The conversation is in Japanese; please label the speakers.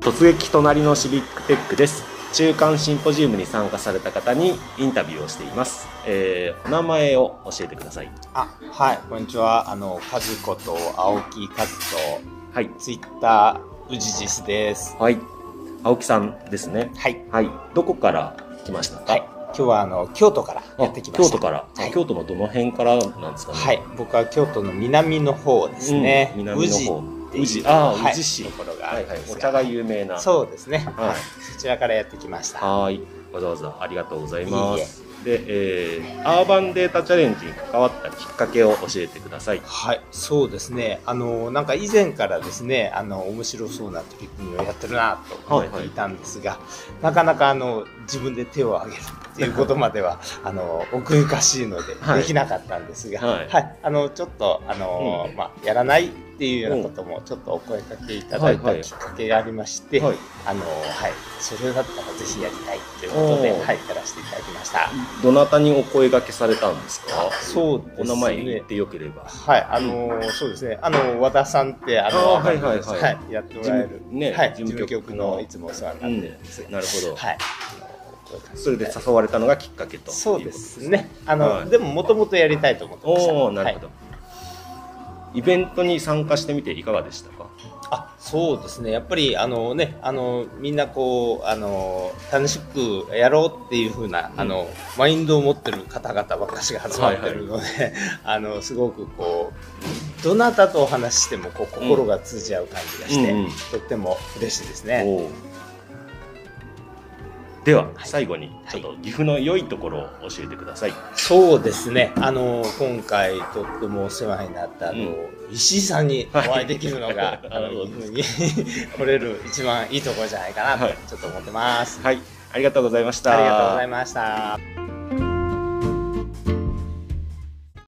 Speaker 1: 突撃隣のシビックテックです中間シンポジウムに参加された方にインタビューをしています、えーお名前を教えてください
Speaker 2: あ、はい、こんにちは。あの、和子と青木和と、
Speaker 1: はい
Speaker 2: ツイッター、うじじすです。
Speaker 1: はい青木さんですね
Speaker 2: はい。
Speaker 1: はいどこから来ましたか、
Speaker 2: はい。今日は、あの、京都から
Speaker 1: あ
Speaker 2: やってきました。
Speaker 1: 京都から、
Speaker 2: はい
Speaker 1: 京都のどの辺からなんですかね
Speaker 2: はい。僕は京都の南の方ですね。
Speaker 1: うん南の方
Speaker 2: 宇治って
Speaker 1: 宇
Speaker 2: い
Speaker 1: 治
Speaker 2: う。
Speaker 1: あー
Speaker 2: はい
Speaker 1: 宇治市
Speaker 2: ところがあ
Speaker 1: は
Speaker 2: る
Speaker 1: い
Speaker 2: ん
Speaker 1: は
Speaker 2: で
Speaker 1: い
Speaker 2: す
Speaker 1: お
Speaker 2: が
Speaker 1: 茶が有名な
Speaker 2: そうですね。
Speaker 1: はい
Speaker 2: はい。そちらからやってきました。は
Speaker 1: はーい、わざわざありがとうございます。で、えーアーバンデータチャレンジに関わったきっかけを教えてください。
Speaker 2: い。そうですね。あの、なんか以前からですね、あの、面白そうな取り組みをやってるなと思っていたんですが、なかなかあの、自分で手を挙げるっていうことまでは、あの、奥ゆかしいので、
Speaker 1: はい
Speaker 2: できなかったんですが、
Speaker 1: はい
Speaker 2: あの、ちょっと、あの、
Speaker 1: う
Speaker 2: まあ、やらないっていうようなことも、ちょっとお声かけいただい
Speaker 1: は
Speaker 2: た
Speaker 1: いはい
Speaker 2: きっかけがありまして、
Speaker 1: はい、
Speaker 2: あの、はい、それだったらぜひやりたいということで、
Speaker 1: おー
Speaker 2: はい、やらせていただきました。
Speaker 1: どなたにお声掛けされたんですか。
Speaker 2: そうですね
Speaker 1: お名前言ってよければ。
Speaker 2: はい、あのーそうですね、あのー和田さんって、あの
Speaker 1: あーはいはいはい
Speaker 2: やってもらえる
Speaker 1: 事、務ね
Speaker 2: はい、
Speaker 1: 事務
Speaker 2: 事務
Speaker 1: 局
Speaker 2: 局
Speaker 1: の
Speaker 2: のいつもお世話にな
Speaker 1: う
Speaker 2: っ
Speaker 1: ん、
Speaker 2: て
Speaker 1: な
Speaker 2: る
Speaker 1: る
Speaker 2: んですが、
Speaker 1: ほど。
Speaker 2: はい、
Speaker 1: それで誘われたのがきっかけということ。
Speaker 2: そうですね、あの、
Speaker 1: はい
Speaker 2: でも、もともとやりたいと思ってました。
Speaker 1: おお、なるほ
Speaker 2: はい
Speaker 1: ど。イベントに参加してみていかがでしたか。
Speaker 2: あそうですね、やっぱりあの、ね、あのみんなこうあの楽しくやろうっていう風な、
Speaker 1: うん
Speaker 2: あのマインドを持ってる方々ばっかしが集まってるので、 あのすごくこうどなたとお話ししてもこう心が通じ合う感じがして、
Speaker 1: うんうん
Speaker 2: とっても嬉しいです
Speaker 1: お
Speaker 2: ね。
Speaker 1: お。では、
Speaker 2: い
Speaker 1: 最後に、ちょっと岐阜の良いところを教えてください。
Speaker 2: そうですね、あの今回とってもお世話になったあの、石井さんにお会いできるの が、
Speaker 1: はい
Speaker 2: あの
Speaker 1: はい
Speaker 2: 岐阜に 来れる一番いいところじゃないかな
Speaker 1: はい
Speaker 2: とちょっと思ってます。
Speaker 1: はい、ありがとうございました。
Speaker 2: ありがとうございました。